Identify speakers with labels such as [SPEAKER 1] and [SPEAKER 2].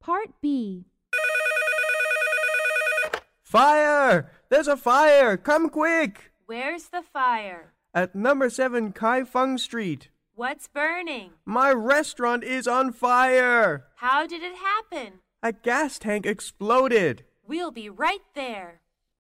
[SPEAKER 1] Part B.
[SPEAKER 2] Fire! There's a fire! Come quick!
[SPEAKER 3] Where's the fire?
[SPEAKER 2] At number 7 Kai Feng Street.
[SPEAKER 3] What's burning?
[SPEAKER 2] My restaurant is on fire!
[SPEAKER 3] How did it happen?
[SPEAKER 2] A gas tank exploded.
[SPEAKER 3] We'll be right there.